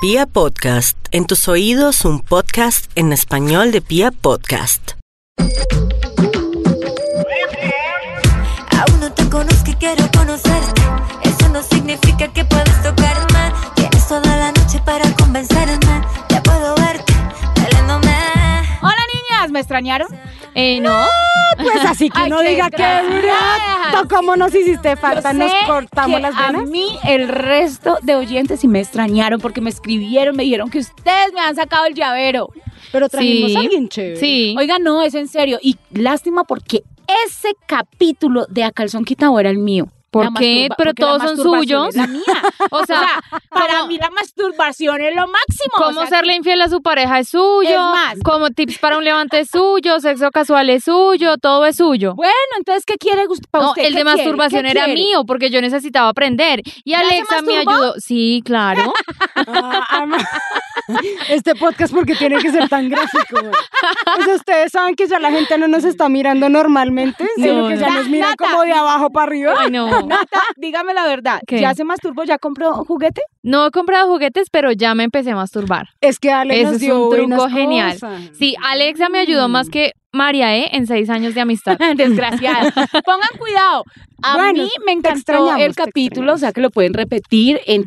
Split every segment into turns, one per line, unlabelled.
Pia Podcast, en tus oídos un podcast en español de Pia Podcast.
Aún no te conozco y quiero conocerte. Eso no significa que puedes tocarme. Tienes toda la noche para convencerme. Ya puedo verte, peleándome.
Hola niñas, ¿me extrañaron? Eh, no.
Pues así que
Ay,
no
qué
diga que
gracias.
bruto, cómo nos hiciste falta, nos
Sé
cortamos
que
las
A
venas.
mí el resto de oyentes sí me extrañaron porque me escribieron, me dijeron que ustedes me han sacado el llavero.
Pero trajimos
Sí.
a alguien chévere.
Sí.
Oiga, no, es en serio. Y lástima porque ese capítulo de A Calzón Quitado era el mío.
¿Por
La
qué?
masturba-
Pero
porque la
todos son
masturbación
suyos.
es la mía.
O
O sea,
sea,
para
¿cómo-
mí la masturbación es lo máximo. o
cómo
sea,
serle infiel a su pareja es suyo.
Es más.
Como tips para un levante es suyo, sexo casual es suyo, todo es suyo.
Bueno, entonces, ¿qué quiere gust- para
No,
usted?
el
¿Qué
de
quiere?
masturbación
¿Qué
era
quiere?
mío porque yo necesitaba aprender. Y
¿Ya se
Alexa me
masturbó?
ayudó. Sí, claro.
Ah, ama- este podcast porque tiene que ser tan gráfico. Pues ustedes saben que ya la gente no nos está mirando normalmente, sino
No,
que
no.
ya nos miran como de abajo para arriba.
Ay, no.
Nata, Ah, dígame la verdad.
¿Qué?
¿Ya se masturbó? ¿Ya compró juguete?
No he comprado juguetes, pero ya me empecé a masturbar.
Es que Ale
Eso
nos
es
dio
un truco
buenas
genial.
cosas.
Sí, Alexa me ayudó más que María E en seis años de amistad.
Desgraciada. Pongan cuidado. A
Bueno,
mí me encantó
extrañamos,
el
te
capítulo,
extrañamos.
o sea que lo pueden repetir en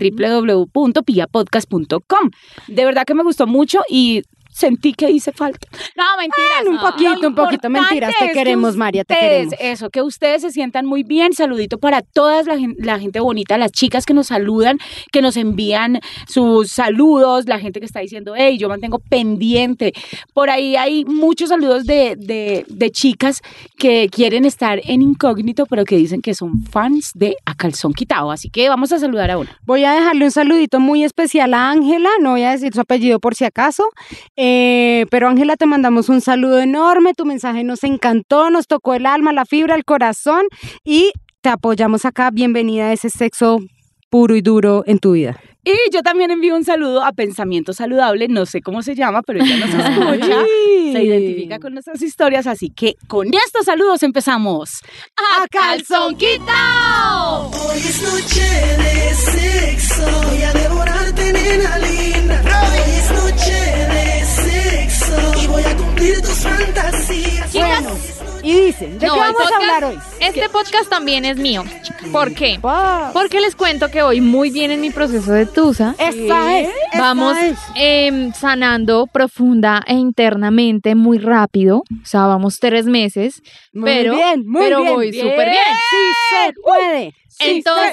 www.pillapodcast.com. De verdad que me gustó mucho y sentí que hice falta. No, mentiras.
Bueno, un
no.
poquito,
Lo
un poquito. Mentiras, te
importante es que
queremos, María, te
ustedes-
queremos.
Eso, que ustedes se sientan muy bien. Saludito para toda la, gen- la gente bonita, las chicas que nos saludan, que nos envían sus saludos, la gente que está diciendo, hey, yo mantengo pendiente. Por ahí hay muchos saludos de, de- de chicas que quieren estar en incógnito, pero que dicen que son fans de A Calzón Quitado. Así que vamos a saludar a una.
Voy a dejarle un saludito muy especial a Ángela, no voy a decir su apellido por si acaso, eh, pero Ángela te mandamos un saludo enorme, tu mensaje nos encantó, nos tocó el alma, la fibra, el corazón y te apoyamos acá, bienvenida a ese sexo puro y duro en tu vida.
Y yo también envío un saludo a Pensamiento Saludable, no sé cómo se llama, pero ella nos escucha. se identifica con nuestras historias, así que con estos saludos empezamos.
¡A calzón
quitado!
Hoy es noche de sexo, voy a devorarte nena linda. Hoy es noche de sexo y voy a cumplir tus fantasías.
Bueno, y dicen, ¿de
No,
qué
el
vamos a
podcast-
hablar hoy?
Este podcast también es mío. ¿Por qué?
Pa-
Porque les cuento que voy muy bien en mi proceso de tusa.
Esa es, esa
Vamos
es.
em, sanando profunda e internamente muy rápido. O sea, vamos tres meses.
Muy
pero
bien, muy
pero
bien.
voy súper bien. Uh,
Sí se puede.
Entonces,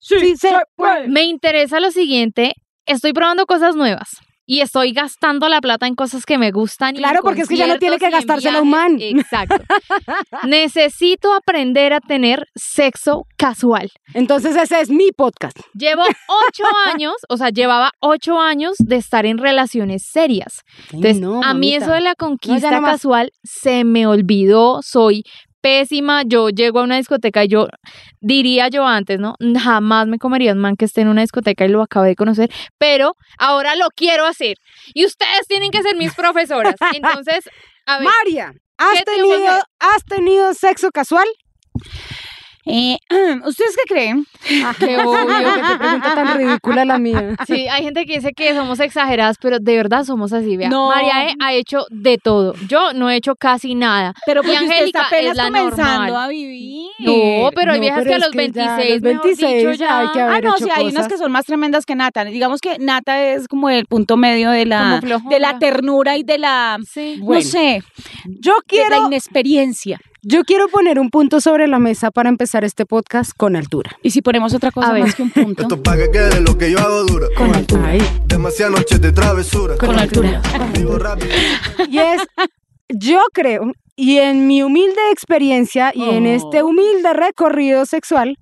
Sí se puede.
me interesa lo siguiente. Estoy probando cosas nuevas. Y estoy gastando la plata en cosas que me gustan. y en
Claro, porque es que ya no tiene que
conciertos y en
gastársela un man.
viajes. Exacto. Necesito aprender a tener sexo casual.
Entonces ese es mi podcast.
Llevo ocho años, o sea, llevaba ocho años de estar en relaciones serias. Entonces, a mí eso de la conquista
no más.
casual se me olvidó, soy pésima, yo llego a una discoteca y yo diría yo antes, ¿no? Jamás me comería un man que esté en una discoteca y lo acabé de conocer, pero ahora lo quiero hacer y ustedes tienen que ser mis profesoras. Entonces, a ver,
María, ¿has
¿qué te
tenido,
ofende?
¿has tenido sexo casual?
Eh, ah, ¿Ustedes qué creen?
qué obvio.
Qué pregunta tan ridícula la mía.
Sí, hay gente que dice que somos exageradas, pero de verdad somos así, vea.
No.
María E ha hecho de todo. Yo no he hecho casi nada.
Pero
Y
porque usted
Angélica
está apenas
es la
comenzando
normal.
a vivir.
No, pero hay
No,
viejas
pero
que a
es
los
que ya a
26,
los
mejor
26
dicho, ya
hay que haber
Ah, no,
hecho
sí, hay unas
cosas.
que son más tremendas que Nata. Digamos que Nata es como el punto medio de la,
Como flojona.
de la ternura y de la,
Sí.
no sé,
Yo
de la
quiero,
inexperiencia.
yo quiero poner un punto sobre la mesa para empezar este podcast con altura.
Y si ponemos otra cosa
A ver.
más que un punto,
Esto pa' que quede lo que yo hago dura.
con altura.
Ay,
Demasiadas noches de travesura.
Con altura.
Vivo rápido.
Y es, yo creo, y en mi humilde experiencia y en este humilde recorrido sexual,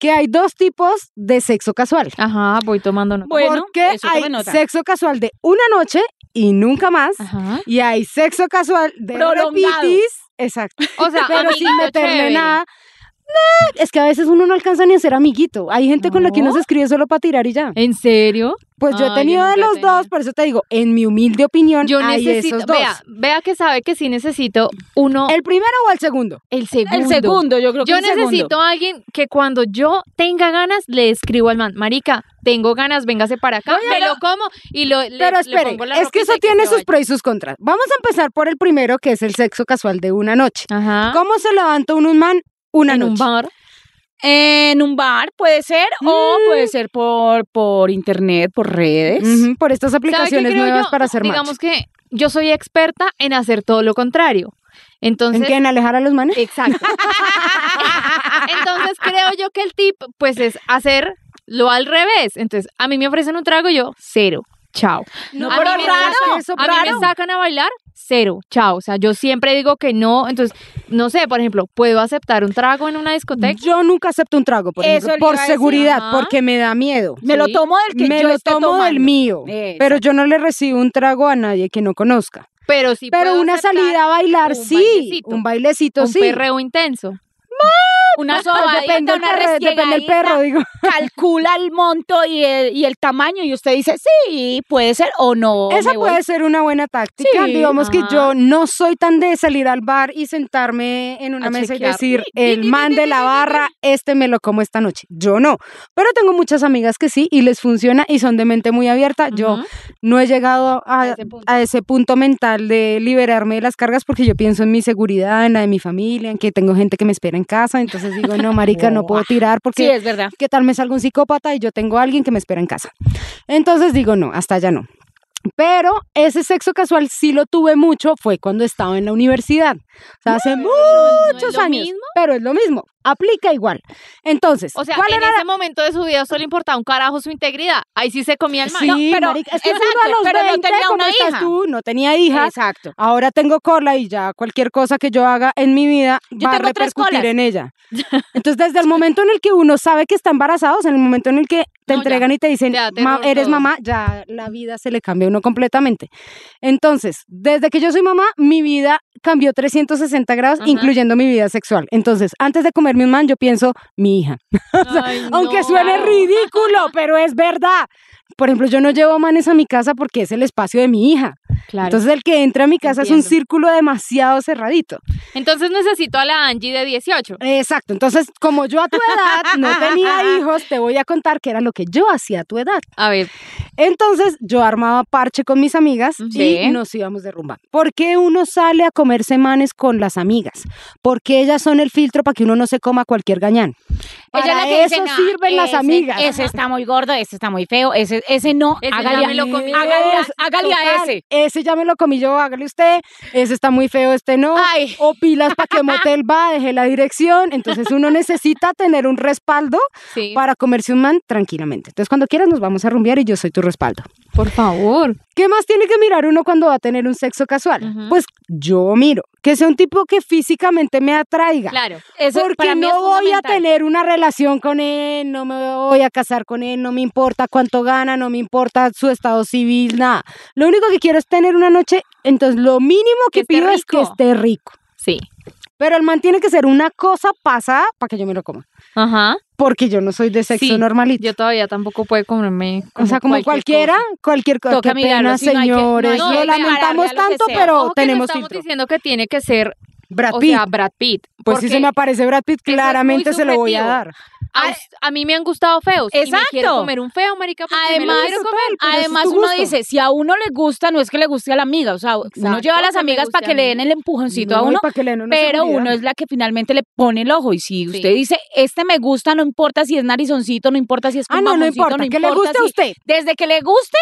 que hay dos tipos de sexo casual.
Ajá, voy tomando nota.
Ah, Bueno,
porque
eso tome
hay
nota.
sexo casual de una noche y nunca más.
Ajá.
Y hay sexo casual de
Prolongado.
repitis. Exacto.
O sea,
Pero sin
amiguito
meterle
chévere.
nada. No, Es que a veces uno no alcanza ni a ser amiguito. Hay gente con la que uno
No.
se escribe solo para tirar y ya.
¿En serio?
Pues yo
Ah,
he
yo
tenido de
nunca he
los
tenido.
dos, por eso te digo, en mi humilde opinión,
Yo
hay
necesito,
esos dos.
vea, vea que sabe que sí necesito uno, el,
¿El primero o el segundo?
segundo.
El segundo, yo creo que
Yo
el segundo.
necesito a alguien que cuando yo tenga ganas le escribo al man, marica, tengo ganas, véngase para acá,
Oye,
me
pero-
lo como y lo le,
Pero
le
espere,
pongo la
es que
ropita
eso
y
tiene
se
sus
vaya.
pros y sus contras. Vamos a empezar por el primero, que es el sexo casual de una noche.
Ajá.
¿Cómo se levanta un man una
en
noche?
un bar.
En un bar puede ser o
Mm.
puede ser por, por internet, por redes.
Ujú, por estas
¿Sabe qué
aplicaciones
creo
nuevas
yo?
para hacer
Digamos
match.
que yo soy experta en hacer todo lo contrario. Entonces,
¿En qué? ¿En alejar a los manes?
Exacto. Entonces creo yo que el tip, pues, es hacer lo al revés. Entonces, a mí me ofrecen un trago, yo, cero. Chao.
No,
a
pero
mí me
raro,
sacan-
eso
a mí me
raro.
sacan a bailar, cero. Chao. O sea, yo siempre digo que no. Entonces, no sé, por ejemplo, ¿puedo aceptar un trago en una discoteca?
Yo nunca acepto un trago, por,
Eso
ejemplo,
le
por
iba a decir,
seguridad,
ajá.
porque me da miedo.
Me lo
Sí.
tomo del que
me
yo
lo
esté
tomo del
tomando.
mío,
Exacto.
pero yo no le recibo un trago a nadie que no conozca.
Pero sí
Mm. Pero
puedo
una
aceptar
salida a bailar,
un
sí.
bailecito,
Un bailecito,
Un
sí.
perreo intenso.
Una
Pues
sobadita,
depende, del
una
perro, depende del
restriegadita,
perro, digo.
Calcula el monto y el, y el tamaño y usted dice, sí, puede ser o no.
Esa
Oh, me voy".
puede ser una buena táctica.
Sí,
Digamos que
ajá.
yo no soy tan de salir al bar y sentarme en una
A
mesa
chequear.
y decir, el man de la barra, este me lo como esta noche. Yo no. Pero tengo muchas amigas que sí y les funciona y son de mente muy abierta. Yo
Ajá.
no he llegado a,
A
a
ese
ese
punto.
punto. mental de liberarme de las cargas porque yo pienso en mi seguridad, en la de mi familia, en que tengo gente que me espera en casa. Entonces digo, no, marica, no puedo tirar porque
Sí, es verdad.
¿qué tal me salga un psicópata y yo tengo a alguien que me espera en casa? Entonces digo, no, hasta allá no. Pero ese sexo casual sí lo tuve mucho, fue cuando estaba en la universidad. O sea, hace
no es
muchos
lo
años.
mismo.
Pero es lo mismo, aplica igual. Entonces,
O sea,
¿cuál
en
era
ese momento de su vida solo importaba un carajo su integridad. Ahí sí se comía el man.
Sí,
No,
pero-
marica, es que uno
exacto,
a los
pero no
20,
tenía
¿cómo
una
estás
hija.
tú? No tenía hija.
Exacto.
Ahora tengo cola y ya cualquier cosa que yo haga en mi vida
Yo
va a
tengo tres
repercutir
colas.
en ella. Entonces, desde el momento en el que uno sabe que está embarazado, o sea, en el momento en el que te
No, ya.
entregan y te dicen,
Ya, te
"Ma-
robo
eres
todo".
mamá, ya la vida se le cambia a uno completamente. Entonces, desde que yo soy mamá, mi vida cambió 360 grados,
Ajá.
incluyendo mi vida sexual. Entonces, antes de comerme un man, yo pienso, mi hija.
ay,
Aunque
no.
suene
Claro.
ridículo, pero es verdad. Por ejemplo, yo no llevo manes a mi casa porque es el espacio de mi hija.
Claro. Entonces,
Entonces el que entra a mi casa es un
Entiendo.
círculo demasiado cerradito.
necesito a la Angie de 18.
Exacto. Entonces, como yo a tu edad no tenía hijos, te voy a contar qué era lo que yo hacía a tu edad.
A ver,
Entonces, yo armaba parche con mis amigas
Sí.
y nos íbamos de rumba. ¿Por qué uno sale a comerse manes con las amigas? Porque ellas son el filtro para que uno no se coma cualquier gañán.
Ella es
Para
la que
eso
dice, "No,
sirven las
ese-
amigas.
Ese está muy gordo, ese está muy feo, ese, ese no,
Ese ya
hágale, a-
me lo comí yo.
hágale a- hágale a
Total,
ese.
Ese ya me lo comí yo, hágale usted. Ese está muy feo, este no.
Ay.
O pilas para qué motel va, dejé la dirección. Entonces uno necesita tener un respaldo
sí.
para comerse un man tranquilamente. Entonces cuando quieras nos vamos a rumbear y yo soy tu respaldo.
Por favor.
¿Qué más tiene que mirar uno cuando va a tener un sexo casual?
Ujú.
Pues yo miro que sea un tipo que físicamente me atraiga.
Claro.
Eso
Porque
para mí es
no voy a
fundamental.
tener una relación con él, no me voy a casar con él, no me importa cuánto gana, no me importa su estado civil, nada. Lo único que quiero es tener una noche, entonces lo mínimo que,
Que esté
pido es que
rico.
esté rico.
Sí.
Pero el man tiene que ser una cosa pasada para que yo me lo coma,
Ajá.
porque yo no soy de sexo
Sí,
normalito.
Yo todavía tampoco puedo comerme.
o sea, como cualquiera,
cosa.
cualquier cosa.
Toca
Qué pena,
mirarlo, sí, no hay que- no hay
señores.
que
lo
pararle a los
lamentamos tanto,
deseos.
pero
Ojo que no
tenemos
estamos
filtro.
diciendo que tiene que ser,
Brad
o
Pitt.
sea, Brad Pitt.
pues si
porque
se me aparece Brad Pitt,
eso es muy
claramente se lo voy a
subjetivo.
dar. pues
a, us- a mí me han gustado feos. Y me
Exacto.
quiero comer un feo, marica. porque me lo
Además,
quiero comer.
Total, pues, ese es
Además,
tu
uno
gusto.
dice, si a uno le gusta, no es que le guste a la amiga. O sea, uno lleva a las
que me
amigas
guste
para
a
que le
mí.
den el empujoncito a
No, y
uno,
pa' que le den una
pero
seguridad.
uno es la que finalmente le pone el ojo. Y si usted
Sí.
dice, este me gusta, no importa si es narizoncito, no importa si es con
Ah, no, no
mamoncito,
importa, que le guste a
si-
usted.
Desde que le guste,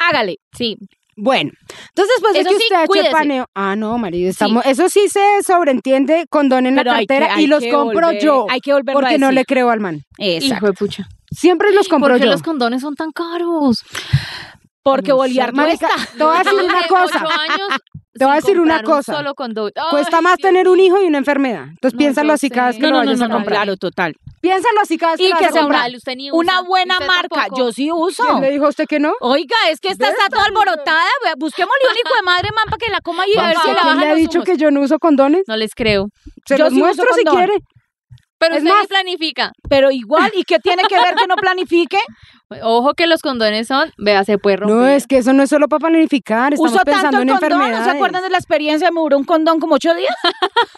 hágale.
Sí.
Bueno, entonces después de
Eso
que
sí,
usted ha hecho el
cuídese.
paneo, ah no, marido, estamos, eso sí se sobreentiende, condonen la
Pero hay que-
cartera
hay
y los
que
compro
volver-
yo,
Hay que volverlo a
porque no
decir.
le creo al man.
Exacto.
Hijo de pucha.
Siempre los compro
¿Por qué
yo.
los condones son tan caros?
Porque bolear
Marica,
cuesta.
te voy a decir
Yo
una
duré
cosa,
ocho años
Te voy a
sin
decir una
comprar un
cosa.
solo condón.
cuesta
Ay,
más
Dios
tener
mío.
un hijo y una enfermedad. Entonces
No,
piénsalo
yo
así cada vez
sé.
que
No,
lo
no, no,
vayas
no,
a
no,
comprar.
claro, total.
Piénsalo así cada vez
Y
que lo
que
vayas a
sea una-
comprar.
Total, usted ni usa.
Una buena
Usted
marca,
tampoco.
yo sí uso.
¿Quién le dijo a usted que no?
Oiga, es que esta está toda alborotada. ve, Busquémosle un hijo de madre, man, para que la coma y a ver
Vamos
si la
a ver
¿Quién
bajan
le ha
los
dicho
humos.
que yo no uso condones?
No les creo.
Se
Yo
los
sí uso
muestro si
condón.
quiere.
Pero
Es
usted
más-
ni planifica.
Pero igual, ¿y qué tiene que ver que no planifique?
Ojo que los condones son, vea, se puede romper.
No, es que eso no es solo para planificar, estamos
Usó tanto
pensando
el
en
condón, ¿no
enfermedades.
se acuerdan de la experiencia? Me duró un condón como ocho días.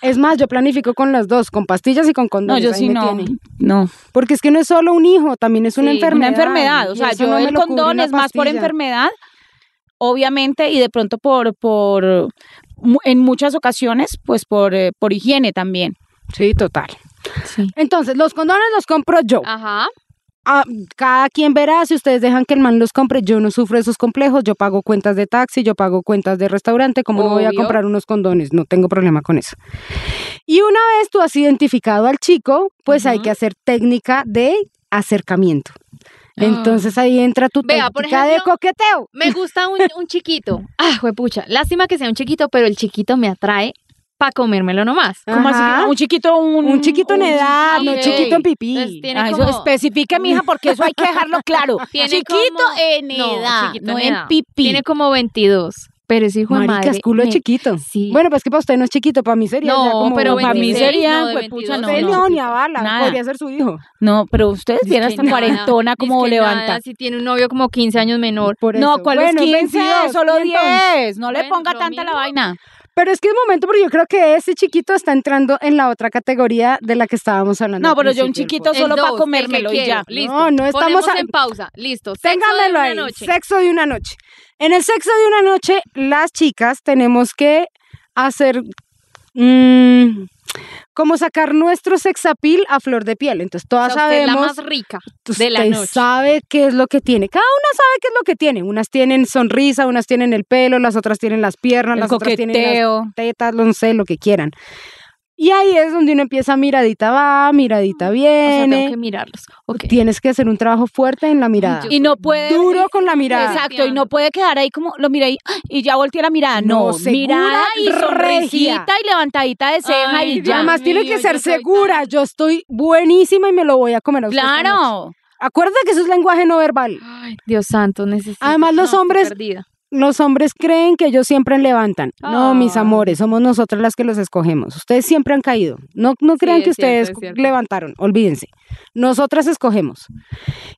Es más, yo planifico con las dos, con pastillas y con condones. ahí me tiene.
No.
Porque es que no es solo un hijo, también es una
Sí, una
enfermedad.
Una enfermedad. O
y
sea,
eso
yo
no me
el
lo cubre
condón
una
es más por
pastilla.
enfermedad, obviamente, y de pronto por, por mu- en muchas ocasiones, pues por, eh, por higiene también.
Sí, total.
Sí.
Entonces, los condones los compro yo.
Ajá.
Ah, cada quien verá si ustedes dejan que el man los compre. Yo no sufro esos complejos. Yo pago cuentas de taxi, yo pago cuentas de restaurante. ¿Cómo no voy a
Obvio.
comprar unos condones? No tengo problema con eso. Y una vez tú has identificado al chico, pues hay que hacer técnica de acercamiento. Entonces ahí entra tu
Ah. Vea, por
técnica de
ejemplo,
coqueteo.
Me gusta un, un chiquito. Ah, juepucha. Lástima que sea un chiquito, pero el chiquito me atrae para comérmelo nomás.
¿Cómo así?
Ajá.
que Un chiquito, un,
Un chiquito en edad, no
ok.
chiquito en pipí.
Entonces tiene
Ah,
como-
eso especifica, mija, porque eso hay que dejarlo claro.
Tiene
chiquito
como-
en
No,
edad,
chiquito
no
en
en
edad.
pipí.
Tiene como 22. Pero ese hijo de
Marica,
madre.
es culo de
me-
chiquito.
Sí.
Bueno, pues que para usted no es chiquito, para mí sería ya
no,
como
pero
para mí
26,
sería,
no, de
juepucha,
22,
no,
Usted
no.
ni a ni a bala,
Nada.
podría ser su hijo.
No, pero ustedes
Dice
vieron
que
esta
nada,
cuarentona
dice
como
que
levanta.
nada, si tiene un novio como 15 años menor.
Por
No,
eso.
¿cuál es
Bueno,
15?
22,
solo
¿y
10. No le
Bueno,
ponga
lo
tanta la
mismo.
vaina.
Pero es que es momento porque yo creo que ese chiquito está entrando en la otra categoría de la que estábamos hablando.
No,
al
pero yo un
principio.
chiquito
El
solo para
dos, el que
comérmelo y
quiero.
ya.
Listo.
No, no estamos
Ponemos
a-
en pausa. Listo. Sexo de
Téngamelo
una
ahí,
noche.
sexo de una noche. En el sexo de una noche, las chicas tenemos que hacer mm, como sacar nuestro sexapil a flor de piel. Entonces
O
todas
sea, usted es la
sabemos
más rica de la
usted
noche.
sabe qué es lo que tiene. Cada una sabe qué es lo que tiene. Unas tienen sonrisa, unas tienen el pelo, las otras tienen las piernas,
El
las otras tienen
coqueteo.
las tetas, no sé, lo que quieran. Y ahí es donde uno empieza miradita va, miradita
O sea,
viene.
tengo que mirarlos. Ok.
Tienes que hacer un trabajo fuerte en la mirada.
Yo-
Y no puede.
Duro con la mirada.
Exacto, y no puede quedar ahí como lo mira ahí ¡ah! y ya volteé la mirada. No,
No, segura,
mirada y
regia.
sonrisita y levantadita de ceja
Ay,
y
Dios
ya.
Además, tiene
mío,
que ser
yo soy tan-
segura. Yo estoy buenísima y me lo voy a comer a usted esta noche.
Claro.
Acuérdate que eso es lenguaje no verbal.
Ay, Dios santo, necesito.
Además, los
estoy
hombres-
perdida.
Los hombres creen que ellos siempre levantan. No, mis
Ay.
amores, somos nosotras las que los escogemos. Ustedes siempre han caído. No, no
Sí,
crean que
es cierto,
ustedes
es cierto.
levantaron, olvídense. Nosotras escogemos.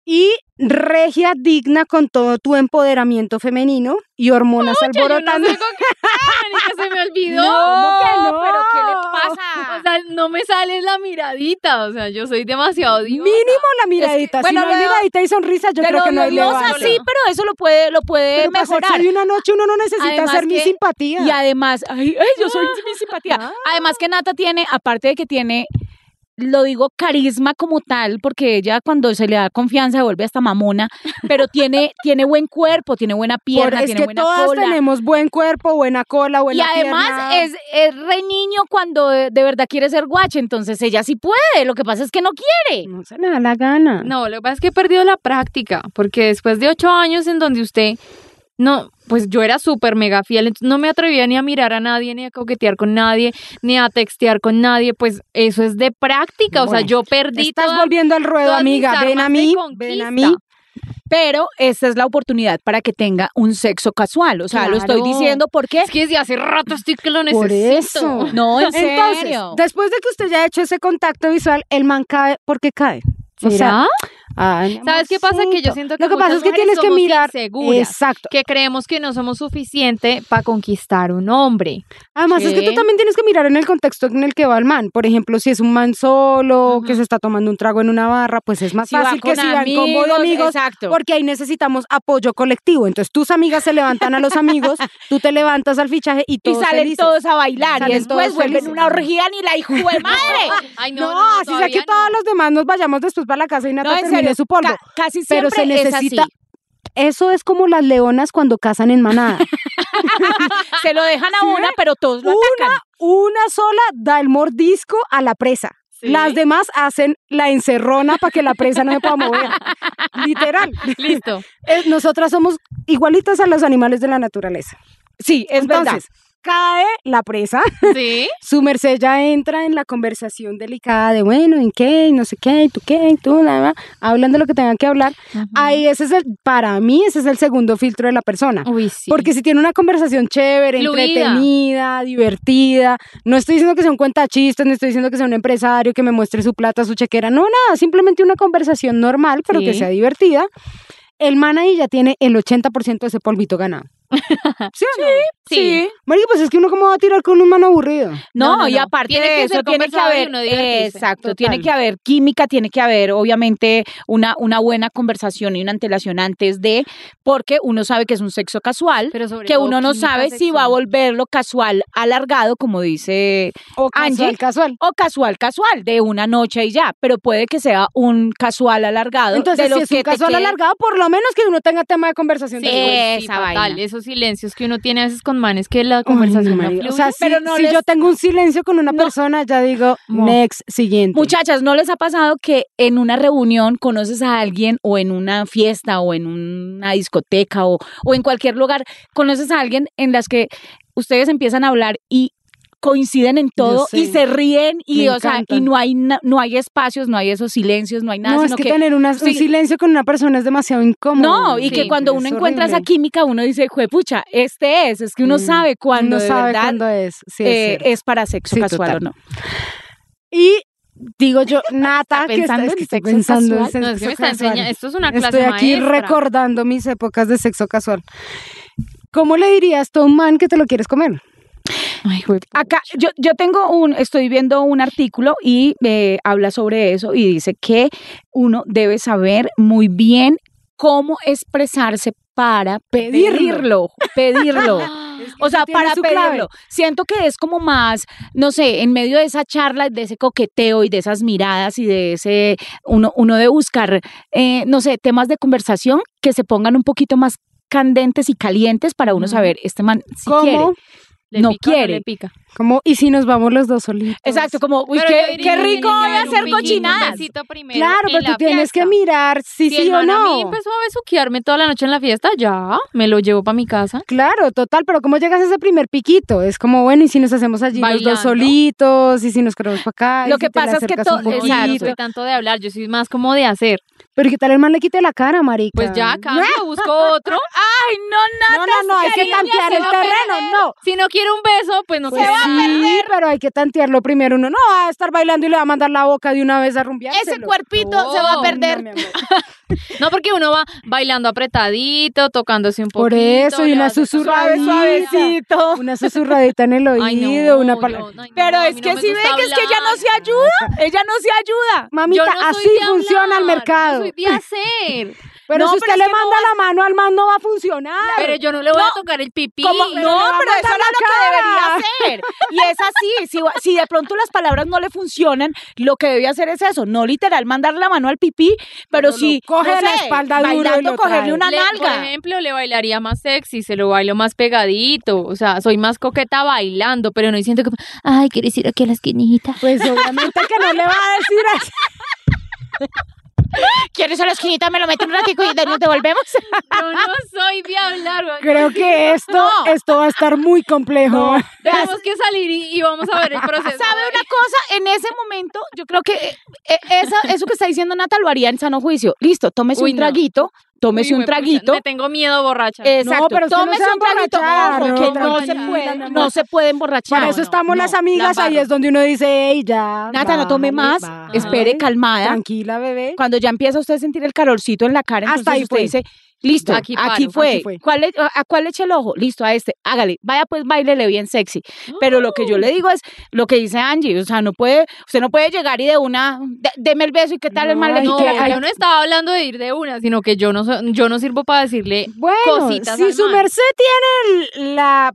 Y regia digna con todo tu empoderamiento femenino y hormonas
Yo no
alborotando.
sé con qué- Ay, marica, se me olvidó.
¿Cómo que no?
¿Pero qué le pasa? O sea, no me sale la miradita. O sea, yo soy demasiado idiota.
Mínimo la miradita.
bueno,
si no hay
lo-
miradita y sonrisa, yo
Pero
creo que no hay
Dios
levante.
así, pero eso lo puede, lo puede
Pero para sexo
mejorar.
de una noche uno no necesita
Además
hacer mi
que-
simpatía. Ah,
Y además, ay, ay, yo soy mi simpatía. Además que Nata tiene, aparte de que tiene, lo digo carisma como tal, porque ella cuando se le da confianza se vuelve hasta mamona, pero tiene, tiene buen cuerpo, tiene buena
Por-
pierna,
es
tiene
que
buena
todas
cola.
tenemos buen cuerpo, buena cola,
Y
buena
además
pierna.
es, es re niño cuando de, de verdad quiere ser guache, entonces ella sí puede, lo que pasa es que no quiere.
No se le da la gana.
No, lo que pasa es que he perdido la práctica, porque después de ocho años en donde usted, no, pues yo era súper mega fiel, entonces no me atrevía ni a mirar a nadie, ni a coquetear con nadie, ni a textear con nadie, pues eso es de práctica, o sea,
Bueno,
yo perdí
Estás
toda-
volviendo al ruedo,
todas mis
amiga. Ven a
armas de
mí, ven
conquista.
a mí.
Pero esta es la oportunidad para que tenga un sexo casual, o sea, lo estoy
Claro.
diciendo porque...
Es que desde hace rato estoy que lo necesito.
Por eso.
No, en
Entonces,
serio.
después de que usted ya ha hecho ese contacto visual, el man cae porque cae. O sea,
¿Será?
ay, mi
¿Sabes qué pasa? Que yo
amorcito.
siento que
lo que pasa es
muchas
que
mujeres
tienes que
somos
mirar
inseguras.
exacto.
que creemos que no somos suficiente para conquistar un hombre.
Además es que tú
Sí.
también tienes que mirar en el contexto en el que va el man. Por ejemplo, si es un man solo que se está tomando un trago en una barra, pues es más
Si va
fácil que
con
si van con eh, voy de amigos.
Exacto.
Porque ahí necesitamos apoyo colectivo. Entonces tus amigas se levantan a los amigos, tú te levantas al fichaje y
y
todos
salen
felices.
todos a bailar y
Salen
después
todos
vuelven
felices.
una orgía ni la hijo de madre.
Ay, no,
No,
no, no,
así sea que
todavía no.
todos los demás nos vayamos después para la casa y Nata
No, en
termine
serio,
su polvo.
ca- casi
Pero
siempre
se necesita.
es
Eso es como las leonas cuando cazan en manada.
así. Se lo dejan a
Sí.
una, pero todos lo
Una.
atacan.
Una sola da el mordisco a la presa.
Sí.
Las demás hacen la encerrona para que la presa no se pueda mover. Literal.
Listo.
Eh, Nosotras somos igualitas a los animales de la naturaleza. Sí, es
verdad.
Entonces, cae la presa.
Sí.
Su merced ya entra en la conversación delicada de, bueno, ¿en qué? ¿Y no sé qué? ¿Y tú qué? ¿Y tú? Nada, hablando lo que tengan que hablar. Ahí ese es el, para mí, ese es el segundo filtro de la persona.
Uy, sí.
Porque si tiene una conversación chévere,
Fluida.
entretenida, divertida, no estoy diciendo que sea un cuentachista, no estoy diciendo que sea un empresario que me muestre su plata, su chequera, no, nada, simplemente una conversación normal, pero que
Sí.
sea divertida, el man ahí ya tiene el 80% de ese polvito ganado. ¿Sí o no?
Sí.
Marica, pues es que uno cómo va a tirar con un man aburrido.
No,
No, no,
y
no.
aparte
Tiene
de
que
eso,
ser
tiene que
conversado y
haber,
uno divertirse.
exacto,
Total.
tiene que haber química, tiene que haber obviamente una, una buena conversación y una antelación antes de, porque uno sabe que es un sexo casual,
Pero sobre
que
todo
uno no
química
sabe si va a
sexual.
volverlo casual alargado, como dice,
O
Angie.
casual, casual.
o casual casual, de una noche y ya, pero puede que sea un casual alargado. de
Entonces,
los
si es un
que te
casual
quede-
alargado, por lo menos que uno tenga tema de conversación.
Sí,
después.
uy, sí,
esa
fatal.
vaina.
Esos silencios que uno tiene a veces con manes que la
Ay, no,
conversación no,
marica.
fluye.
O sea, si,
pero no
si
les-
yo tengo un silencio con una
No.
persona, ya digo,
No.
next, siguiente.
Muchachas, ¿no les ha pasado que en una reunión conoces a alguien o en una fiesta o en una discoteca o, o en cualquier lugar, conoces a alguien en las que ustedes empiezan a hablar y coinciden en todo
sé.
y se ríen y
Me
o sea y
encantan.
no hay na- no hay espacios no hay esos silencios no hay nada
no, es
sino
que,
que,
tener una-
sí.
un silencio con una persona es demasiado incómodo.
no y que
Sí,
cuando
es
uno encuentra esa
horrible.
química uno dice juepucha este es es que uno
Mm.
sabe cuando
no
de
sabe
verdad
cuándo es. Sí, es
eh,
cierto.
es, para sexo
Sí,
casual
total.
o no
y digo yo, Nata, que está-
pensando
es
en
que
sexo
estoy pensando en
No, es que
sexo
me está
casual.
enseñando. Esto es una clase
Estoy aquí
maestra.
recordando mis épocas de sexo casual. ¿Cómo le dirías tú a un man que te lo quieres comer?
Ay, güey.
Acá, yo, yo tengo un, estoy viendo un artículo y eh, habla sobre eso y dice que uno debe saber muy bien cómo expresarse para pedirlo, pedirlo. O sea,
tiene
para
su clave.
pedirlo. Siento que es como más, no sé, en medio de esa charla, de ese coqueteo y de esas miradas y de ese, uno, uno de buscar, eh, no sé, temas de conversación que se pongan un poquito más candentes y calientes para uno
Ujú.
saber, este man, si
¿Cómo?
quiere.
¿Le
No
pica o
quiere.
le pica.
¿Cómo? ¿Y si nos vamos los dos solitos?
Exacto, como, uy,
Pero yo
qué,
diría
qué
que
rico
le
hoy
haga
hacer
un piquito, un
cochinadas.
besito primero
Claro,
en
pero tú
la
tienes que
fiesta.
mirar si
Si el
sí o
man a mí
no.
pues,
empezó a besuquearme toda la noche en la fiesta, ya, me lo llevo para mi casa.
Claro, total, pero ¿cómo llegas a ese primer piquito? Es como, bueno, ¿y si nos hacemos allí los
Bailando.
dos solitos? ¿Y si nos queremos para acá? ¿Y
Lo
si
que
te le
pasa es que
acercas
to-
un
Yo
poquito?
no
Exacto.
soy tanto de hablar, yo soy más como de hacer.
Pero ¿qué tal el man le quite la cara, marica?
Pues ya, cambio, busco otro.
Ay, no,
No, no, no, hay que
quería
tantear
que
el
se va a
terreno,
perder.
no.
Si no quiero un beso, pues no
Pues
quiero.
sí, pero hay que tantearlo primero. Uno no va a estar bailando y le va a mandar la boca de una vez a rumbear.
ese cuerpito
No,
se va a
no,
perder.
No, porque uno va bailando apretadito, tocándose un poco.
Por eso, y una susurradita.
Suavecito.
Una susurradita en el oído,
Ay, no,
una
yo-
palabra.
ay, no,
Pero
a
es
mí no
que
me
si ve
gusta
que es que ella no se
hablar.
ayuda, ella no se ayuda.
Mamita,
Yo no soy
así
de
funciona el
hablar,
mercado.
Yo soy de hacer.
Pero
No,
si
pero
usted
es
le
que no
manda la mano al man, no va a funcionar.
Pero yo no le voy a tocar el pipí.
Como- no,
le va a
pero eso era
mandar la
lo que debería
cara.
hacer. Y es así. Si, va- si de pronto las palabras no le funcionan, lo que debe hacer es eso. No literal mandar la mano al pipí, pero
Pero
si
lo coge
no
de la
sé,
espalda duro y
bailando,
lo
cogerle
trae.
una
Le- Por
nalga.
ejemplo, le bailaría más sexy, se lo bailo más pegadito. O sea, soy más coqueta bailando, pero no siento que. Ay, ¿quieres ir aquí a la esquinita?
Pues obviamente que no le va a decir así.
¿Quieres a la esquinita? Me lo meto un ratico y de- nos devolvemos.
Yo no soy de hablar, güey.
Creo que esto, esto va a estar muy complejo.
Tenemos que salir y, y vamos a ver el proceso.
Ah, ¿Sabe una cosa? En ese momento, yo creo que eh, eh, esa- eso que está diciendo Nata lo haría en sano juicio. Listo, tómese
Uy,
un
no.
traguito, tómese
Uy,
un
huepucha,
traguito.
Me tengo miedo borracha.
Exacto,
No, pero usted no
tómese
se va a
un traguito.
emborrachar,
Ojo,
no,
que no, se
tranquila,
puede,
mi amor.
no se puede emborrachar.
Para eso
no,
estamos
no,
las amigas,
la
ahí
embarro.
es donde uno dice, ey, ya.
Nata, no tome
bájale,
más,
bájale.
espere calmada.
Tranquila, bebé.
Cuando ya empieza usted a sentir el calorcito en la cara, entonces
Hasta ahí
usted
fue.
dice, listo, aquí,
Aquí paro,
fue.
aquí fue.
¿Cuál le- ¿A cuál le eché el ojo? Listo, a este, hágale. Vaya pues, bailele bien sexy. Pero lo que yo
¡Ah!
le digo es lo que dice Angie, o sea, no puede, usted no puede llegar y de una, "De- deme el beso y qué tal el
No,
mal le
ay,
No,
quite la
que-
cara".
yo no estaba hablando de ir de una, sino que yo no, so- yo no sirvo para decirle
Bueno,
cositas
si
al
su
man.
merced tiene el- la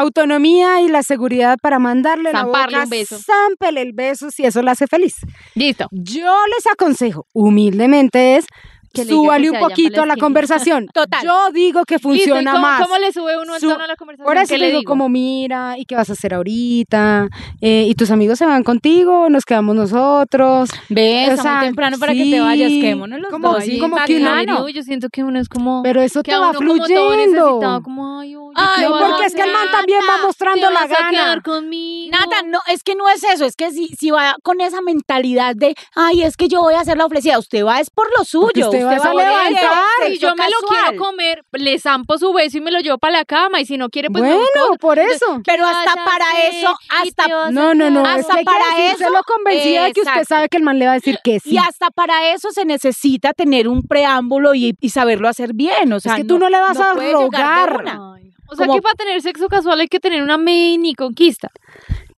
autonomía y la seguridad para mandarle
Zamparle
la boca,
un beso.
zámpele el beso si eso la hace feliz.
Listo.
Yo les aconsejo, humildemente, es
que le diga que
Súbale
se
un
vayan pa'
poquito a la
esquina.
conversación.
Total.
Yo digo que
Listo, ¿y
funciona
cómo,
más.
¿Cómo le sube uno el
Su-
tono a la conversación?
Ahora sí
¿Qué
le digo como, mira, ¿y qué vas a hacer ahorita? Eh, ¿Y tus amigos se van contigo? ¿Nos quedamos nosotros?
Ves,
O
está
sea,
muy temprano para que
sí.
te vayas, quémonos los
Como-
dos.
sí,
ahí,
como que uno-
bacano.
Claro, yo siento que uno es como...
Pero eso
que
te
a
va
uno como todo necesitado,
fluyendo.
como, ay, oye,
Ay,
¿qué vas a
porque es que el man
hacer?
también va
Nata,
mostrando
¿te
la
vas a
gana.
quedar conmigo?
Nata, no, es que no es eso, es que si, si va con esa mentalidad de, ay, es que yo voy a hacer la ofrecida, usted va es por lo
Porque
suyo,
usted va a
por el
levantar,
sexo
si yo me lo
casual.
quiero comer, le zampo su beso y me lo llevo para la cama. Y si no quiere, pues me busco
bueno,
otro.
por
Entonces,
eso.
Pero
¿qué vas
hasta
a
para
hacer?
eso,
¿Y
hasta
te vas a
No, no, no.
quedar
Es que
Hasta
hay que
para
decírselo
eso,
convencida de que usted
exacto.
sabe que el man le va a decir que sí.
Y hasta para eso se necesita tener un preámbulo y, y saberlo hacer bien, o sea,
que tú no le vas a
puede llegar de
rogar.
una.
Ay, O sea,
Como-
que para tener sexo casual hay que tener una mini conquista.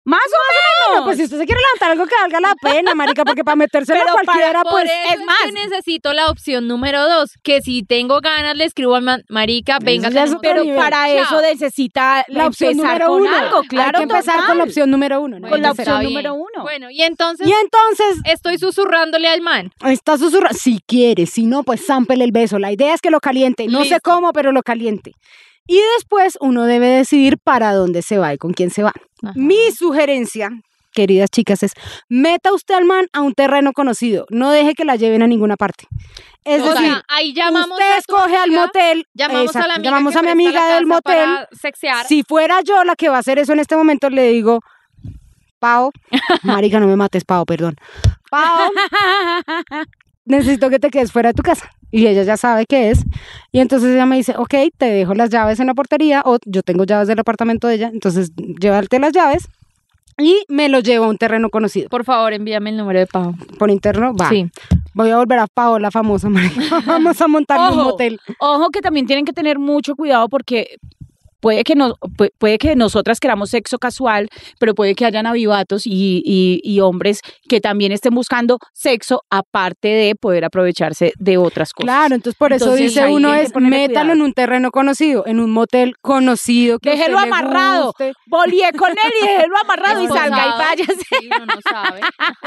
Más o menos.
Pues si usted se quiere levantar algo que valga la pena, marica, porque para metérselo a
Pero para
cualquiera,
poder-
pues...
Por eso
es más.
que necesito la opción número dos, que si tengo ganas le escribo al man, marica, venga,
Eso ya es
tenemos-
otro
pero
nivel.
para eso
Chao.
necesita
la opción
empezar
número
con
uno.
algo, claro.
Hay que empezar
total.
con la opción número uno.
Con
¿no?
la
Bueno, está
opción
bien.
número uno.
Bueno, y entonces
Y entonces
estoy susurrándole al man.
está susurrando. Si quiere, si no, pues zámpele el beso. La idea es que lo caliente. No sé
Listo.
cómo, pero lo caliente. Y después uno debe decidir para dónde se va y con quién se va.
Ajá.
Mi sugerencia, queridas chicas, es meta usted al man a un terreno conocido. No deje que la lleven a ninguna parte. Es
O sea,
decir,
ahí llamamos
usted
a tu
escoge al
amiga,
motel.
Llamamos a
exacto,
la amiga
llamamos
que
a mi
presta la
amiga del
casa
motel.
para sexear.
Si fuera yo la que va a hacer eso en este momento, le digo, Pau, marica, no me mates, Pau, perdón. Pau, necesito que te quedes fuera de tu casa. Y ella ya sabe qué es. Y entonces ella me dice, ok, te dejo las llaves en la portería o yo tengo llaves del apartamento de ella, entonces llévate las llaves. Y me lo llevo a un terreno conocido.
Por favor, envíame el número de Pau.
Por interno, va.
Sí.
Voy a volver a Paola famosa, marica. Vamos a montar un
Ojo.
motel.
Ojo que también tienen que tener mucho cuidado porque puede que, nos, pu- puede que nosotras queramos sexo casual, pero puede que hayan avivatos y, y- y hombres que también estén buscando sexo aparte de poder aprovecharse de otras cosas.
Claro, entonces por eso
Entonces,
dice
ahí
uno
hay que
es
ponerle
métalo
cuidado.
en un terreno conocido, en un motel conocido. que a usted
Déjelo
le
amarrado.
guste.
Volé con él y déjelo amarrado y
Uno
salga y
sabe,
váyase.
sí, uno no sabe.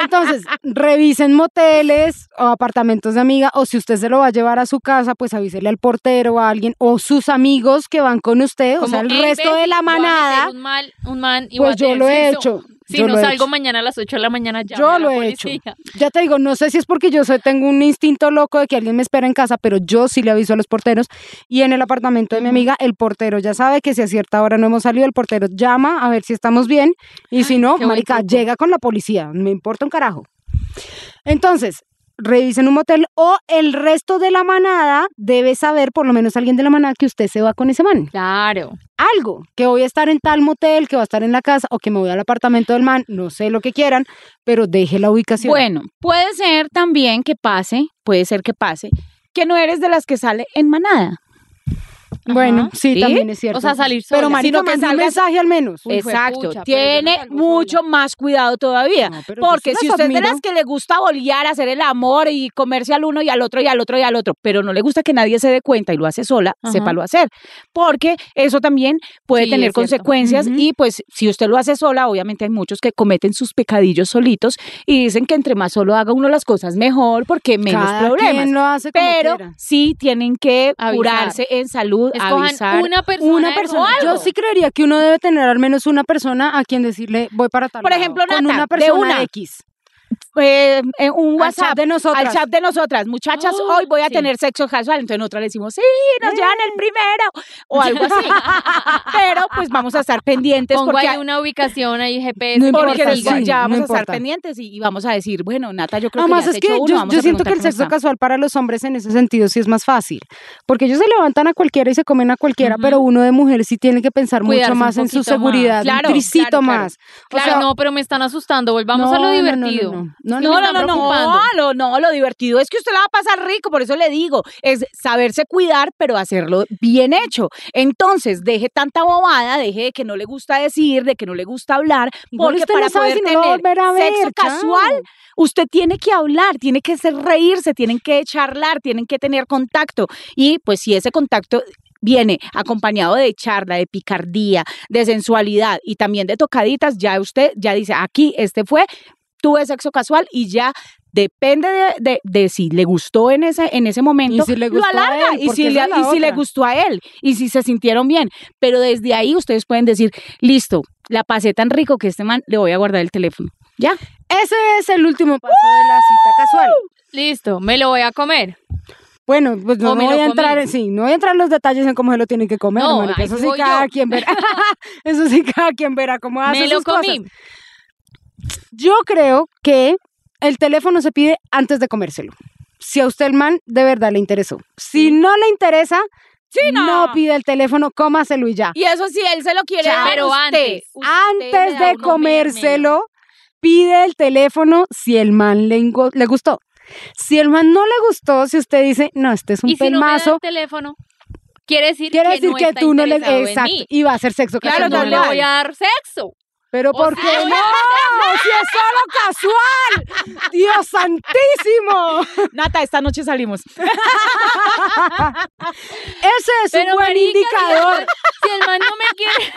Entonces, revisen moteles o apartamentos de amiga, o si usted se lo va a llevar a su casa, pues avísele al portero o a alguien, o sus amigos que van con usted, o sea, el
Como, "Ey,
Pues resto
ves,
de la
voy a meter
manada.
Un mal, un man y voy
Pues
a
yo
tener
lo he
sexo.
hecho.
Si
yo
no
lo he
salgo
hecho.
mañana a las 8 de la mañana, ya.
Yo lo he hecho.
hecho.
Ya te digo, no sé si es porque yo soy, tengo un instinto loco de que alguien me espera en casa, pero yo sí le aviso a los porteros. Y en el apartamento de mi amiga, el portero ya sabe que si a cierta hora no hemos salido, el portero llama a ver si estamos bien. Y si no,
qué buen
marica,
truco.
llega con la policía. Me importa un carajo. Entonces, revisen un motel o el resto de la manada debe saber, por lo menos alguien de la manada, que usted se va con ese man.
Claro.
Algo, que voy a estar en tal motel, que va a estar en la casa o que me voy al apartamento del man, no sé lo que quieran, pero deje la ubicación.
Bueno, puede ser también que pase, puede ser que pase, que no eres de las que sale en manada.
Bueno, sí,
¿Sí?
también es cierto.
O sea, salir sola.
Pero marica,
Sino que
manda un
salgas-
mensaje al menos.
Uy,
Exacto,
juepucha, pero yo no
tiene
salgo sola.
mucho más cuidado todavía.
No, pero pues, yo
Porque
sí
si
las
usted es de
admiro.
las que le gusta bolear, hacer el amor y comerse al uno y al otro y al otro y al otro, pero no le gusta que nadie se dé cuenta y lo hace sola,
Ajá.
sépalo hacer. Porque eso también puede
Sí,
tener
es cierto.
consecuencias
Ujú.
y pues si usted lo hace sola, obviamente hay muchos que cometen sus pecadillos solitos y dicen que entre más solo haga uno las cosas mejor porque menos
Cada
problemas.
quien lo hace como
pero
quiera.
sí tienen que
Avisar.
curarse en salud,
Escojan
avisar.
una persona.
Una
de
persona,
robo.
yo sí creería que uno debe tener al menos una persona a quien decirle voy para tal
Por
lado",
ejemplo,
con
Nata,
una
de
persona
una.
X.
eh, eh, un
Al chat
WhatsApp
de nosotras.
al chat de nosotras, muchachas,
Ah,
hoy voy a
sí.
tener sexo casual. Entonces nosotras le decimos, sí, nos llevan el primero o algo así. Pero pues vamos a estar pendientes
Pongo
porque,
ahí una ubicación ahí GPS.
No
por
porque
importa,
diga,
después
sí.
ya
no
vamos a estar
importa.
pendientes y, y vamos a decir, bueno, Nata, yo creo
Además
que ya
es
has
que
hecho uno,
yo,
vamos
yo
a
siento que el
preguntar
sexo
cómo está.
casual para los hombres en ese sentido sí es más fácil, porque ellos se levantan a cualquiera y se comen a cualquiera,
Ujú.
pero uno de mujer sí tiene que pensar
Cuidarse
mucho
un
más en su
poquito más.
seguridad, un
Claro,
tricito
claro, claro.
más. O
Claro,
sea,
no, pero me están asustando. Volvamos
no,
a lo
no, no, no,
divertido.
no, no, no,
me
No, no,
están
no,
preocupando.
no, lo, no, lo divertido es que usted la va a pasar rico, por eso le digo, es saberse cuidar, pero hacerlo bien hecho. Entonces, deje tanta bobada, deje de que no le gusta decir, de que no le gusta hablar,
Igual
porque
usted no
para
sabe
poder
si no lo va a
tener
volver a
sexo
ver, chao.
casual, usted tiene que hablar, tiene que hacer reírse, tienen que charlar, tienen que tener contacto. Y pues si ese contacto viene acompañado de charla, de picardía, de sensualidad y también de tocaditas, ya usted ya dice, aquí este fue, tuve sexo casual y ya Depende de, de- de si le gustó en ese, en ese momento,
si le
lo
gustó a
alarga
él,
y,
porque
si, le,
esa es la
y si le
otra.
gustó a él y si se sintieron bien. Pero desde ahí ustedes pueden decir, listo, la pasé tan rico que este man le voy a guardar el teléfono. Ya.
Ese es el último paso de la cita casual.
Listo, me lo voy a comer.
Bueno, pues no,
O me
no
lo
voy a entrar,
comí.
en, sí, no voy a entrar en los detalles en cómo se lo tienen que comer,
No,
marica.
ahí
Eso
sí
sí
voy
cada
yo.
quien verá. Eso sí cada quien verá cómo hace
me lo
sus cosas.
comí.
Yo creo que el teléfono se pide antes de comérselo. Si a usted el man de verdad le interesó. Si no le interesa,
no.
no pide el teléfono, cómaselo y ya.
Y eso sí, él se lo quiere
Chao.
dar a
Pero
usted.
antes.
Antes
da
de
uno
comérselo, pide el teléfono si el man le, ingo- le gustó. Si el man no le gustó, si usted dice, no, este es un
Y si no me da
pelmazo,
el teléfono, quiere decir
quiere
que
decir
no
que
está
tú no le...
interesado en
Exacto,
mí.
y va a hacer sexo
Claro,
casual.
no
tal
le
cual.
voy a dar sexo.
Pero
O
¿por
sea,
qué
voy a-
no? Si es solo casual. Dios santísimo.
Nata, esta noche salimos.
Ese es
Pero
un buen
marica,
indicador.
Si el man no me quiere...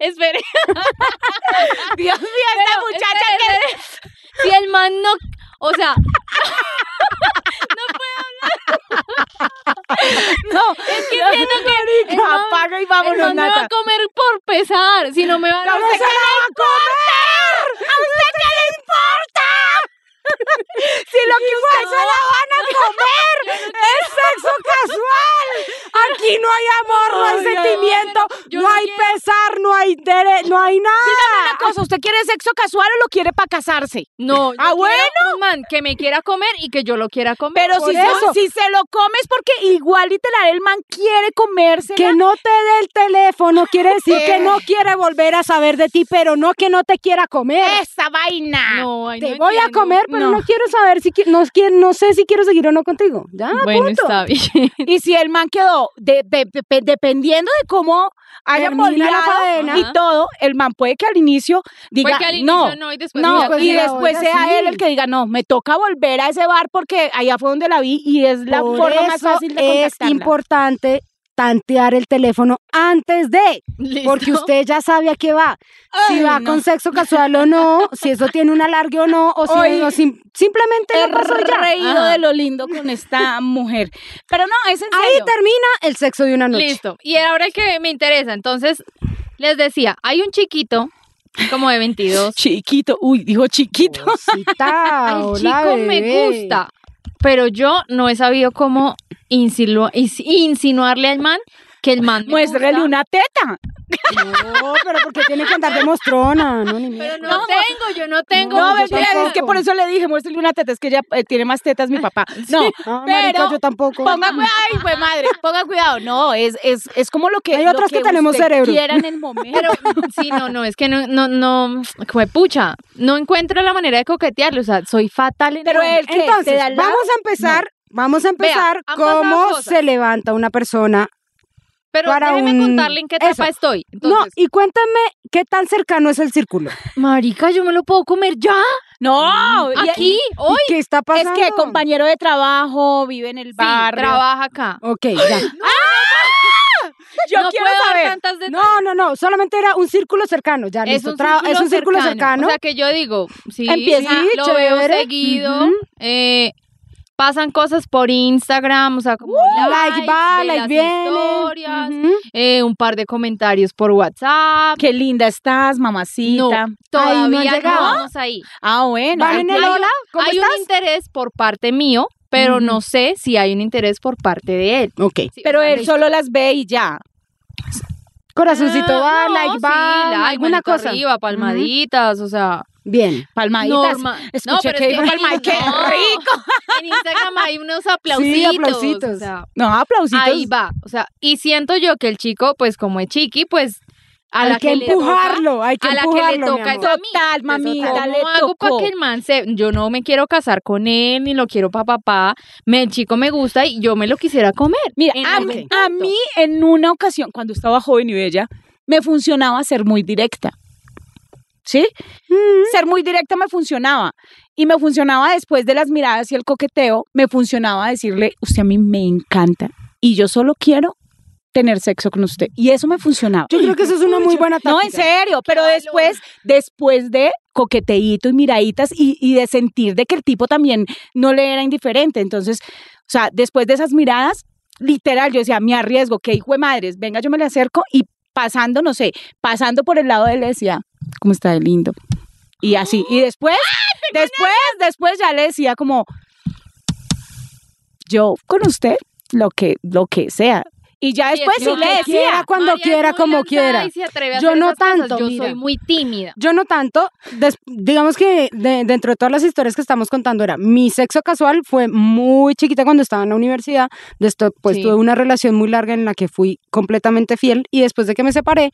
Espere.
Dios mío, esta
Pero,
muchacha
espere,
que...
espere. Si el man no... O sea...
No,
Es que siento que el man-
apaga y
el
vámonos,
man me va
Nata.
a comer por pesar. Si no me va a dar
¡No se
sexo.
la va a comer! ¡A usted qué le importa! Si lo que fue se la van a comer, es sexo casual.
Aquí no hay amor, no hay
Ay, no,
sentimiento,
pero yo
no
no
hay
quiero-
pesar, no hay dere- no hay nada.
Una cosa, ¿usted quiere sexo casual o lo quiere para casarse?
No, yo
Ah,
quiero un man que me quiera comer y que yo lo quiera comer.
Pero
Por
si se,
eso.
si se lo comes porque igual literal el man quiere comerse.
Que no te dé el teléfono quiere decir
Eh.
que no quiere volver a saber de ti, pero no que no te quiera comer.
esa vaina.
No, ay,
te
no
voy a
entiendo.
comer, pero
No.
no, quiero saber si qui- no, qui- no sé si quiero seguir o no contigo. Ya,
bueno,
ah, punto.
está bien.
Y si el man quedó, de- de- de- pe- dependiendo de cómo haya
Termina la
moldeado
faena.
y todo, el man puede que al inicio diga,
Porque al
no,
inicio no, y después
No, pues y
después diga,
diga,
después
"Oiga,
sea
sí".
él el que diga, no, me toca volver a ese bar porque allá fue donde la vi y es la
Por
forma más
eso
fácil de contactarla.
Es importante tantear el teléfono antes de,
"Listo".
porque usted ya sabe a qué va.
Ay,
si va
no.
con sexo casual o no, si eso tiene un alargue o no, o si
Hoy-
o sim- simplemente
He
lo pasó y ya.
reído
Ajá.
de lo lindo con esta mujer. Pero no, es en
Ahí
serio.
termina el sexo de una noche.
Listo. Y ahora el que me interesa, entonces les decía, hay un chiquito como de 22.
Chiquito, uy, dijo chiquito.
Cosita,
Al
hola,
chico me
bebé.
gusta, pero yo no he sabido cómo insinua- ins- insinuarle al man que el man me
Muéstrale
gusta.
una teta.
No, pero porque tiene que andar de mostrona, no ni
Pero
mierda.
no, tengo, yo no tengo.
No,
yo
mentira, es
tampoco.
que por eso le dije, muéstrale una teta, es que ella eh, tiene más tetas mi papá. No,
Ah, marica,
pero
yo tampoco.
Ponga cuidado, ay, fue madre, ponga cuidado. No, es, es, es como lo que
Hay
lo
otros que tenemos
usted
cerebro.
quiera en el momento.
Pero sí, no, no, es que no, no, no, pucha, no encuentro la manera de coquetearle, o sea, soy fatal en
Pero
el-
él que
Entonces,
te da el lado?
vamos a empezar, vamos a empezar
han pasado
cómo
cosas.
se levanta una persona.
Pero
para
déjeme
un-
contarle en qué etapa
eso.
estoy.
no,
Entonces,
y cuéntame qué tan cercano es el círculo.
marica, yo me lo puedo comer ya,
No, y-
Mm, aquí, hoy.
¿Qué está
Es
pasando?
que compañero de trabajo, vive en el
Sí,
barrio.
trabaja acá.
Ok, ya.
Yo
no
quiero
puedo dar
saber.
tantas detalles.
No, no, no, solamente era un círculo cercano, ya
es
listo.
un,
Tra-
círculo
es un círculo cercano.
O sea, que yo digo, sí,
Empieza,
sí, lo veo
chévere.
seguido.
Ujú.
eh, pasan cosas por Instagram, o sea, como
Uh, like
likes
va,
de
like
las
viene.
historias,
Ujú.
eh, un par de comentarios por WhatsApp.
Qué linda estás,
No,
mamacita.
todavía
Ahí no
no,
han llegado.
vamos ahí.
Ah, bueno.
Van
ay,
en
ay,
el
hay-
hola, ¿cómo
hay
estás?
un interés por parte mío, pero no sé si hay un interés por parte de él.
Ok.
Sí, o
Pero
sea,
él
listo.
solo las ve y ya.
Corazoncito va,
Ah, no,
like
sí,
va,
like,
alguna
manito
cosa.
arriba, palmaditas, o sea,
Bien.
Palmaditas.
Norma-
Escuché
No, pero
que
es
dijo
que-
palma- ¡Qué
No.
rico!
En Instagram hay unos aplausitos.
aplausitos.
o sea,
No, aplausitos.
ahí va. O sea, y siento yo que el chico, pues como es chiqui, pues a
hay
la
que,
que, le toca,
empujarlo, hay que
a la que le
empujarlo.
toca
mi
es
amor.
a mí.
Total, mamita,
¿Cómo
le
hago para
tocó.
que el man se... Yo no me quiero casar con él, ni lo quiero para papá. Me, el chico me gusta y yo me lo quisiera comer.
Mira,
En
a,
algún
mí-
punto.
a mí en una ocasión, cuando estaba joven y bella, me funcionaba ser muy directa. ¿Sí?
Mm,
Ser muy directa me funcionaba. Y me funcionaba después de las miradas y el coqueteo, me funcionaba decirle, usted a mí me encanta y yo solo quiero tener sexo con usted. Y eso me funcionaba.
Yo creo que eso es una muy buena táctica.
No, en serio, pero después, después de coqueteíto y miraditas y, y de sentir de que el tipo también no le era indiferente. Entonces, o sea, después de esas miradas, literal, yo decía, me arriesgo, qué hijo de madres, venga, yo me le acerco y pasando, no sé, pasando por el lado de él le decía, ¿cómo está de lindo? Y así, y después, después, después ya le decía como, yo con usted, lo que, lo que sea. Y ya
Sí,
después
es
sí
lo
le
que
decía,
quiera, cuando
María es
quiera,
muy
como
lanzada
quiera.
y se atreve a
Yo
hacer
no
esas cosas.
tanto,
Yo
mira.
soy muy tímida.
Yo no tanto, des- digamos que de- dentro de todas las historias que estamos contando era mi sexo casual fue muy chiquita cuando estaba en la universidad, después pues,
Sí.
tuve una relación muy larga en la que fui completamente fiel y después de que me separé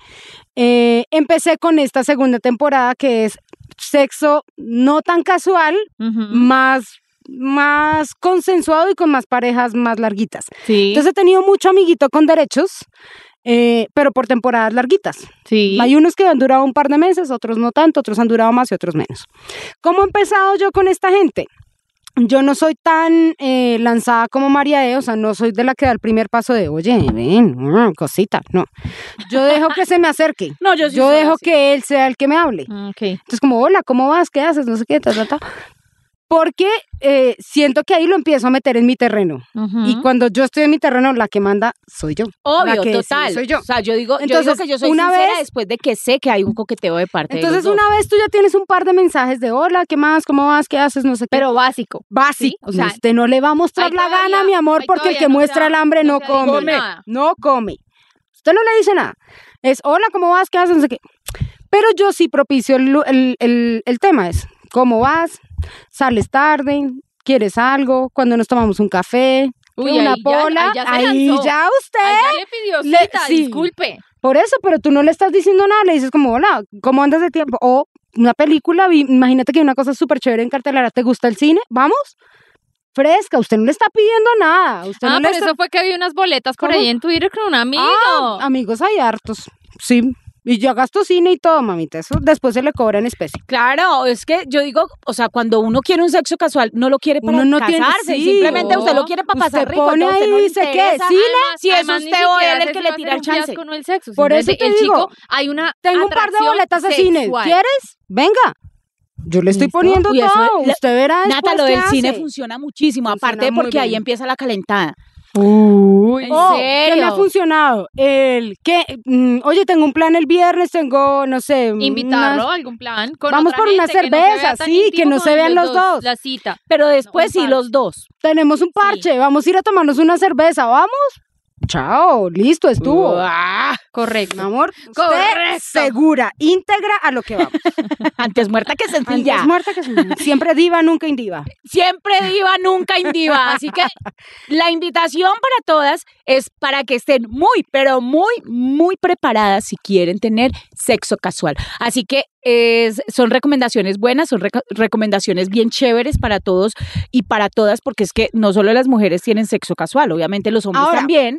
eh, empecé con esta segunda temporada que es sexo no tan casual,
Ujú.
más más consensuado y con más parejas más larguitas.
Sí,
Entonces he tenido mucho amiguito con derechos, eh, pero por temporadas larguitas.
sí.
Hay unos que han durado un par de meses, otros no tanto, otros han durado más y otros menos. ¿Cómo he empezado yo con esta gente? Yo no soy tan eh, lanzada como María E, o sea, no soy de la que da el primer paso de, oye, ven, mm, cosita, no. Yo dejo que se me acerque.
no, yo sí soy
dejo
así. Mm.
que él sea el que me hable.
Ah, Ok.
Entonces, como, hola, ¿cómo vas? ¿Qué haces? No sé qué, ta, ta, ta. Porque eh, siento que ahí lo empiezo a meter en mi terreno.
Ujú.
Y cuando yo estoy en mi terreno, la que manda soy yo. La
Obvio,
que decide
total.
soy yo.
O sea, yo digo, yo digo
Entonces,
que yo soy
una
sincera
vez-
después de que sé que hay un coqueteo de parte
Entonces,
de los dos.
una vez tú ya tienes un par de mensajes de hola, ¿qué más? ¿Cómo vas? ¿Qué haces? No sé qué.
Pero básico.
básico.
sí, o sea,
usted no le va a mostrar
ahí
la
todavía-
gana, mi amor,
ahí
porque el
todavía
que
no se
muestra
ha-
el hambre
no
no
se ha dicho
come.
nada.
No come. Usted no le dice nada. Es hola, ¿cómo vas? ¿Qué haces? No sé qué. Pero yo sí propicio el, lu- el- el- el tema. Es ¿cómo vas? ¿Sales tarde? ¿Quieres algo? Cuando nos tomamos un café? ¿Qué,
Uy,
una
ahí ya-
pola.
ahí ya se
Ahí
lanzó.
ya usted.
Ahí ya le pidió
Le-
cita,
sí.
disculpe.
Por eso, pero tú no le estás diciendo nada, le dices como, hola, ¿cómo andas de tiempo? O una película, vi- imagínate que hay una cosa súper chévere en cartelera, ¿te gusta el cine? ¿Vamos? Fresca, usted no le está pidiendo nada. Usted
Ah,
no le
por
está-
eso fue que había unas boletas por
¿Cómo?
ahí en Twitter con un amigo.
Ah, amigos hay hartos, sí. Y yo gasto cine y todo, mamita, eso después se le cobra en especie.
Claro, es que yo digo, o sea, cuando uno quiere un sexo casual, no lo quiere para
Uno no tiene-
casarse,
sí,
simplemente
no.
usted lo quiere para
Usted
pasar rico,
pone
entonces
ahí
no le
y dice, ¿qué?
interesa.
Sí,
Además-
si es
además, ni
usted o
siquiera
él el
sé
que
si
le
va a
tira
ser
el
un fiasco
chance.
no el sexo,
Por eso
simplemente
te
el
digo,
chico, hay una
Tengo un par de
atracción
boletas de cine,
sexual.
¿quieres? Venga. Yo le estoy
¿Listo?
poniendo
Uy, eso
todo,
es- la-
usted verá después
Nata, lo
qué
del cine
hace.
funciona muchísimo,
Funciona
aparte
muy
porque ahí
bien.
empieza la calentada.
Uy,
¿En
oh, ¿qué me ha
serio?
funcionado? El que, mm, oye, tengo un plan el viernes, tengo, no sé, mm,
Invitarlo
unas-
a algún plan. con
Vamos
otra
por una
gente que no se vea
cerveza,
tan
sí, que
íntimo
no se
con
vean los dos.
La cita.
Pero después
No, un
sí, los dos.
tenemos un parche, vamos a ir a tomarnos una cerveza, vamos. Chao, listo, estuvo. Ah,
Uah,
Mi amor, usted
Correcto.
segura, íntegra a lo que vamos.
antes muerta que sencilla.
Antes muerta que sencilla. Siempre diva, nunca indiva.
Siempre diva, nunca indiva. Así que la invitación para todas es para que estén muy, pero muy, muy preparadas si quieren tener sexo casual. Así que es- son recomendaciones buenas, son reco- recomendaciones bien chéveres para todos y para todas, porque es que no solo las mujeres tienen sexo casual, obviamente los hombres
Ahora,
también.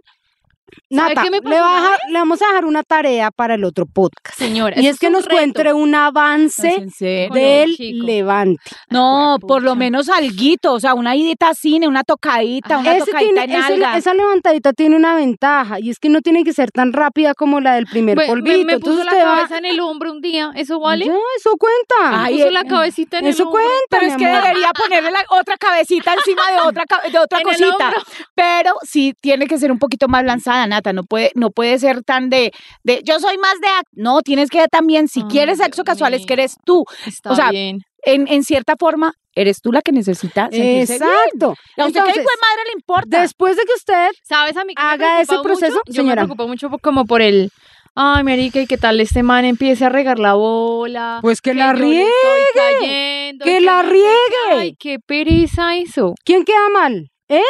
¿Sabe
Nata,
qué me
le,
pasó
va a
una
dejar- le vamos a dejar una tarea para el otro podcast.
Señora,
Y
eso
es que
un
nos
reto.
cuente un
Ay,
avance
en serio.
Con un
del
chico.
levante.
No, por lo
Juepucha.
menos alguito, o sea, una idita a cine, una tocadita,
Ajá.
una
Ah, Ese
tocadita
tiene-
en
ese-
alga.
esa levantadita tiene una ventaja y es que no tiene que ser tan rápida como la del primer
Bueno,
polvito.
Me, me puso
Entonces
la
usted va-
cabeza en el hombro un día. ¿Eso vale?
Ya, eso cuenta.
Me
Ay,
puso
eh,
la cabecita en el
eso
hombro.
cuenta.
Pero
mi
es que
amor.
debería ponerle la otra cabecita encima de otra ca- de otra
En el
cosita.
hombro.
Pero sí tiene que ser un poquito más lanzada, Nata. No puede, no puede ser tan de, de yo soy más de ac-". No, tienes que también, si
Ay,
quieres
Dios
sexo casual, es que
mío.
eres tú.
Está
o sea,
bien.
En, en cierta forma, eres tú la que necesitas.
Exacto.
A usted qué hijo
Entonces,
de madre le importa.
después de que usted
¿Sabes a mí que me
Haga ese
preocupa mucho?
proceso,
Yo me
señora.
preocupo mucho por- como por el... Ay, marica, ¿y qué tal este man empiece a regar la bola?
Pues que
Ah, que
la
yo le
riegue.
estoy cayendo, y
Que la
no sé
riegue.
qué. Ay, qué pereza eso.
¿Quién queda mal? ¿Él?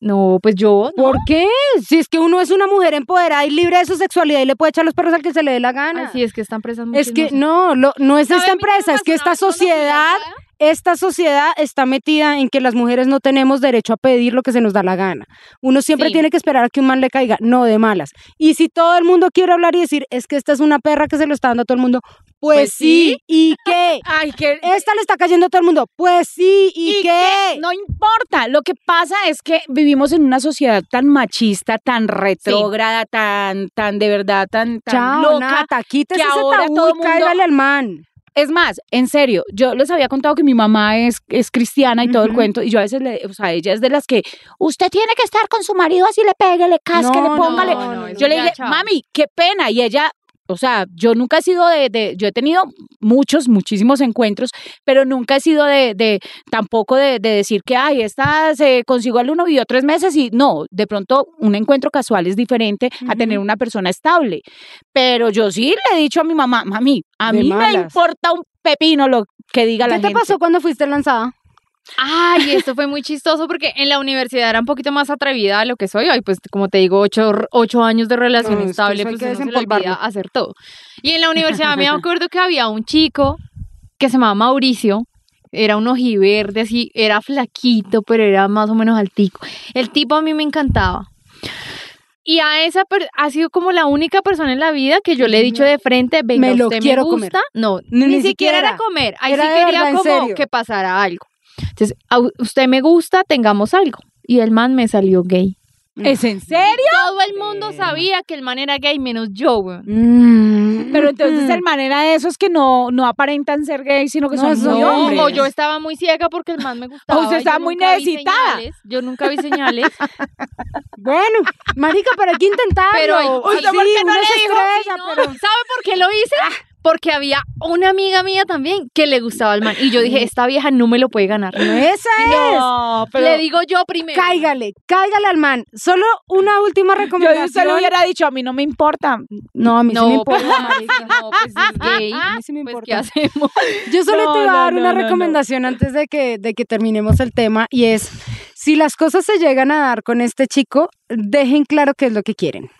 No, pues yo... no.
¿Por qué? Si es que uno es una mujer empoderada y libre de su sexualidad y le puede echar los perros al que se le dé la
Ay,
gana.
sí, es que esta empresa es
es que
muchísimo-
no, lo- no es
¿Sabe
esta
a mí qué me
empresa, es que
pasó
esta
una vez cuando fui
sociedad,
lanzada?
esta sociedad está metida en que las mujeres no tenemos derecho a pedir lo que se nos da la gana. Uno siempre
Sí.
tiene que esperar a que un man le caiga, no de malas. Y si todo el mundo quiere hablar y decir, es que esta es una perra que se lo está dando a todo el mundo, pues,
Pues
sí,
sí.
¿y qué?
Ay, que
Esta le está cayendo a todo el mundo, pues sí, ¿y,
¿Y
qué?
no importa. Lo que pasa es que vivimos en una sociedad tan machista, tan retrógrada, tan, tan de verdad, tan, tan
Chao,
loca.
Nata, quítese
que
ese
ahora
tabú
todo
y
mundo-
cáigale al man.
Es más, en serio, yo les había contado que mi mamá es, es cristiana y todo el
Ujú.
cuento, y yo a veces, le, o sea, ella es de las que, usted tiene que estar con su marido así, le pegue, le casque,
No,
le póngale.
no, no, eso
yo le
ya,
dije,
chao.
mami, qué pena, y ella... O sea, yo nunca he sido de, de- yo he tenido muchos, muchísimos encuentros, pero nunca he sido de, de tampoco de, de decir que, ay, esta se consiguió al uno, vivió tres meses y no, de pronto un encuentro casual es diferente a tener
Ujú.
una persona estable. Pero yo sí le he dicho a mi mamá, mami, a
De
mí
malas.
me importa un pepino lo que diga la
¿Qué
gente.
te pasó cuando fuiste lanzada?
Ay, esto fue muy chistoso porque en la universidad era un poquito más atrevida a lo que soy hoy. Pues, como te digo, ocho, ocho años de relación
No, es que
estable,
eso hay
pues
que
uno se le olvida
desempolvarlo.
hacer todo. Y en la universidad me acuerdo que había un chico que se llamaba Mauricio. Era un ojiverde, así, era flaquito, pero era más o menos altico. El tipo a mí me encantaba. Y a esa per- ha sido como la única persona en la vida que yo le he dicho de frente, venga,
Me lo
usted
quiero
me
comer.
gusta. No,
Ni-
ni,
ni siquiera.
siquiera era comer. Ahí
Era
sí
de
quería
verdad, en
como
serio.
que pasara algo. Entonces, a u- usted me gusta, tengamos algo. Y el man me salió gay.
¿Es en serio?
Todo el mundo sabía que el man era gay, menos yo, weón.
Mm. Pero entonces
Mm.
el manera de esos que no, no aparentan ser gay, sino que
No,
son
son
muy
No,
hombres.
o yo estaba muy ciega porque el man me gustaba.
O usted
yo
estaba muy
nunca vi
necesitada.
señales, Yo nunca vi señales.
Bueno, marica, pero hay que intentarlo.
Pero-
Ay,
¿Usted
sí,
por qué
uno
le
se
dijo
estrella,
no?
pero- Ah.
¿Sabe por qué lo hice? Porque había una amiga mía también que le gustaba el man. Y yo
Mm.
dije, esta vieja no me lo puede ganar.
No, esa es.
No, pero
Le digo yo primero.
Cáigale, cáigale al man. Solo una última
yo de usted
recomendación.
le hubiera dicho, a mí no me importa.
No, a mí sí me
No,
importa.
pues, marica, no, pues es gay.
A mí sí me
Pues, ¿qué
importa.
hacemos?
Yo solo
No,
te iba a
no,
dar
no,
una
no, no.
recomendación antes de que, de que terminemos el tema y es, si las cosas se llegan a dar con este chico, dejen claro qué es lo que quieren.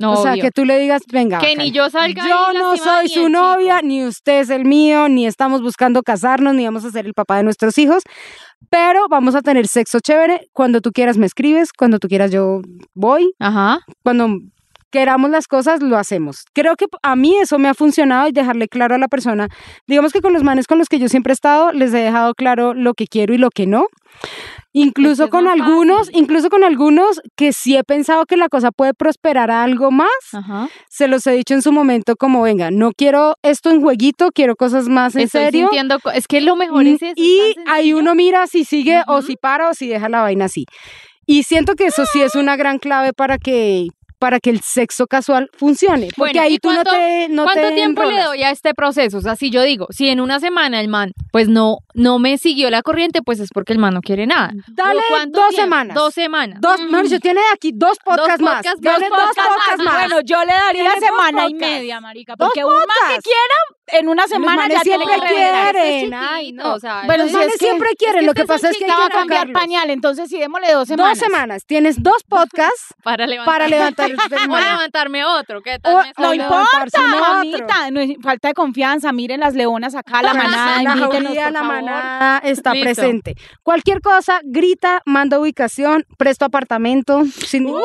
No,
o sea,
obvio.
que tú le digas, venga.
Que
bacán,
ni yo salga ahí
Yo no
lastimada,
soy
ni
su
el
novia,
chico.
ni usted es el mío, ni estamos buscando casarnos, ni vamos a ser el papá de nuestros hijos, pero vamos a tener sexo chévere. Cuando tú quieras me escribes, cuando tú quieras yo voy,
Ajá.
cuando queramos las cosas, lo hacemos. Creo que a mí eso me ha funcionado y dejarle claro a la persona, digamos que con los manes con los que yo siempre he estado, les he dejado claro lo que quiero y lo que no. Incluso
es
con
más
algunos,
fácil.
incluso con algunos que sí he pensado que la cosa puede prosperar a algo más,
Ajá.
se los he dicho en su momento como, venga, no quiero esto en jueguito, quiero cosas más en
Estoy
serio.
sintiendo co- Es que lo mejor es eso.
Mm, y
es tan
ahí
sencillo.
uno mira si sigue o
Ujú.
si para o si deja la vaina así. Y siento que eso sí es una gran clave para que para que el sexo casual funcione, porque
Bueno,
ahí
¿y
tú no
cuánto-
te no
¿Cuánto
te
tiempo le
enrolas.
doy a este proceso? O sea, si yo digo, si en una semana el man, pues no, no me siguió la corriente, pues es porque el man no quiere nada.
Dale
¿O cuánto
dos
tiempo?
semanas.
Dos semanas.
Dos,
Mm.
Mauricio, tiene aquí dos podcasts más.
podcasts,
Dale
dos podcasts
podcasts más.
Bueno, yo le daría
Tiene dos
semana y
podcasts.
media, marica,
Dos
porque un man que
podcasts.
quiera en una semana
manes
ya tiene
siempre
que reventar.
quieren.
Es
Ay,
chiquito,
no.
o sea,
Bueno,
los
si es
manes
que-
siempre quieren,
es que
lo que
esa
pasa es que hay
chica
que
Va a cambiar
tocarlos.
pañal, entonces sí démosle dos semanas.
Dos semanas, tienes dos podcasts
para
para
levantar.
levantar el
o levantarme otro, ¿qué tal?
O-
me
No
sale?
Para levantarse
importa,
uno a otro.
mamita, no es- falta de confianza, miren las leonas acá, la manada,
la
invítenos,
jauría,
por
la
favor.
manada está
Listo.
presente. Cualquier cosa, grita, manda ubicación, presto apartamento, sin ningún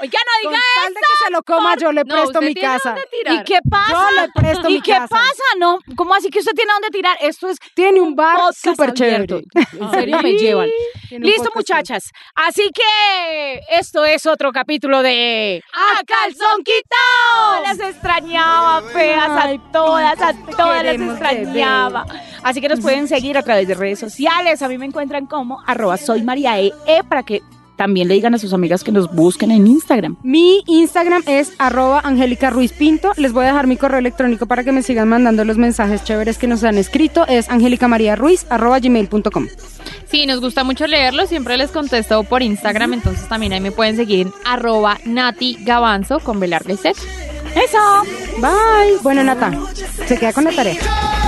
Oiga, no
con
diga
tal de que se lo coma, yo le
No,
presto
usted
mi
tiene
casa.
dónde
¿Y
tirar.
qué pasa?
Yo le presto
¿Y
mi
qué
casa.
pasa? No, ¿cómo así que usted tiene dónde tirar? Esto es
Tiene un bar
podcast
súper
abierto.
chévere.
En serio me llevan.
Tiene un
Listo,
podcast
muchachas. Así que esto es otro capítulo de
¡A calzón
quitado! Las extrañaba, feas,
Ay,
a todas, a
pinches, te
todas las
queremos, bebé.
extrañaba. Así que nos pueden seguir a través de redes sociales. A mí me encuentran como arroba soy María E, E, para que también le digan a sus amigas que nos busquen en Instagram.
Mi Instagram es arroba Angélica Ruiz Pinto. Les voy a dejar mi correo electrónico para que me sigan mandando los mensajes chéveres que nos han escrito. Es angélicamariaruiz arroba gmail.com.
Sí, nos gusta mucho leerlo, siempre les contesto por Instagram, entonces también ahí me pueden seguir en arroba Nati Gavanzo con velar
¡Eso!
Bye. Bueno, Nata, se queda con la tarea.
Tarea.